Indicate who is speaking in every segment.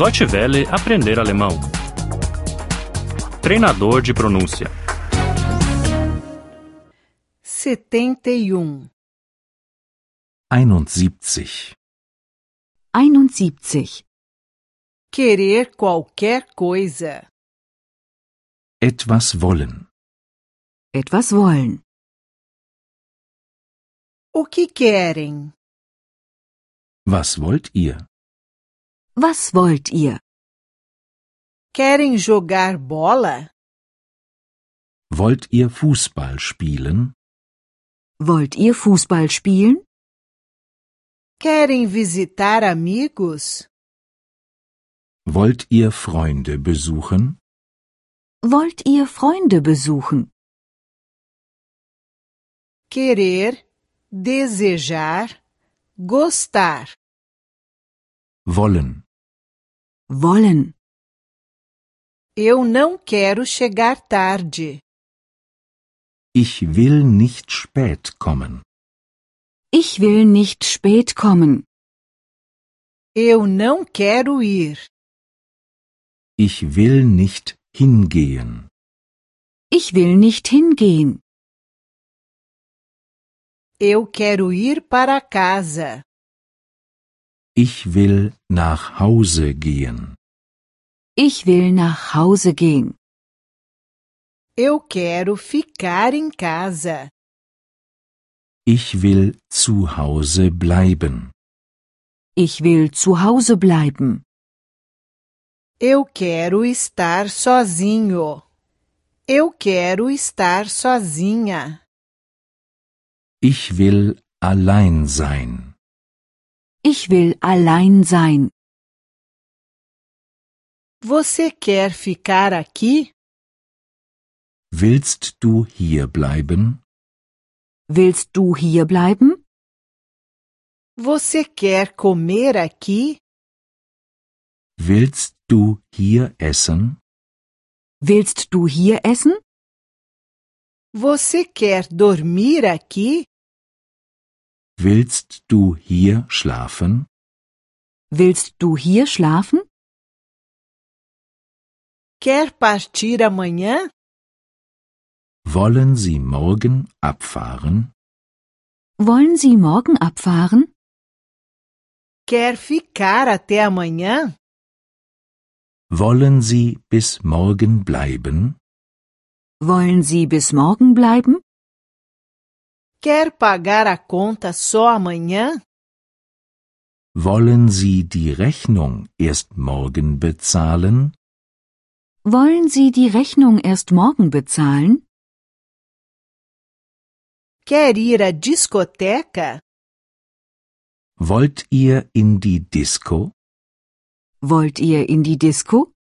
Speaker 1: Deutsche Welle aprender alemão. Treinador de pronúncia.
Speaker 2: 71.
Speaker 3: 71.
Speaker 4: 71.
Speaker 2: Querer qualquer coisa.
Speaker 3: Etwas wollen.
Speaker 4: Etwas wollen.
Speaker 2: O que querem?
Speaker 3: Was wollt ihr?
Speaker 4: Was wollt ihr?
Speaker 2: Querem jogar bola?
Speaker 3: Wollt ihr Fußball spielen?
Speaker 4: Wollt ihr Fußball spielen?
Speaker 2: Querem visitar amigos?
Speaker 3: Wollt ihr Freunde besuchen?
Speaker 4: Wollt ihr Freunde besuchen?
Speaker 2: Querer, desejar, gostar.
Speaker 3: Wollen.
Speaker 4: Wollen.
Speaker 2: Eu não quero chegar tarde.
Speaker 3: Ich will nicht spät kommen.
Speaker 4: Ich will nicht spät kommen.
Speaker 2: Eu não quero ir.
Speaker 3: Ich will nicht hingehen.
Speaker 4: Ich will nicht hingehen.
Speaker 2: Eu quero ir para casa.
Speaker 3: Ich will nach Hause gehen.
Speaker 4: Ich will nach Hause gehen.
Speaker 2: Eu quero ficar em casa.
Speaker 3: Ich will zu Hause bleiben.
Speaker 4: Ich will zu Hause bleiben.
Speaker 2: Eu quero estar sozinho. Eu quero estar sozinha.
Speaker 3: Ich will allein sein.
Speaker 4: Ich will allein sein.
Speaker 2: Você quer ficar aqui?
Speaker 3: Willst du hier bleiben?
Speaker 4: Willst du hier bleiben?
Speaker 2: Você quer comer aqui?
Speaker 3: Willst du hier essen?
Speaker 4: Willst du hier essen?
Speaker 2: Você quer dormir aqui?
Speaker 3: Willst du hier schlafen?
Speaker 4: Willst du hier schlafen?
Speaker 2: Quer partir amanhã?
Speaker 3: Wollen Sie morgen abfahren?
Speaker 4: Wollen Sie morgen abfahren?
Speaker 2: Quer ficar até amanhã?
Speaker 3: Wollen Sie bis morgen bleiben?
Speaker 4: Wollen Sie bis morgen bleiben?
Speaker 2: Quer pagar a conta só amanhã?
Speaker 3: Wollen Sie die Rechnung erst morgen bezahlen?
Speaker 4: Wollen Sie die Rechnung erst morgen bezahlen?
Speaker 2: Quer ir à discoteca?
Speaker 3: Wollt ihr in die Disco?
Speaker 4: Wollt ihr in die Disco?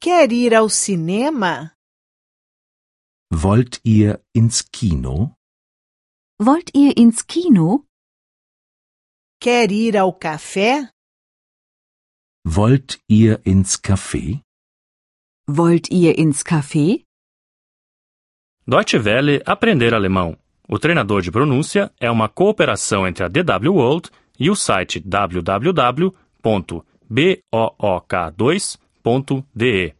Speaker 2: Quer ir ao cinema?
Speaker 3: Wollt ihr ins Kino?
Speaker 4: Wollt ihr ins Kino?
Speaker 2: Quer ir ao café?
Speaker 3: Wollt ihr ins Café?
Speaker 4: Wollt ihr ins Café?
Speaker 1: Deutsche Welle aprender alemão. O treinador de pronúncia é uma cooperação entre a DW World e o site www.book2.de.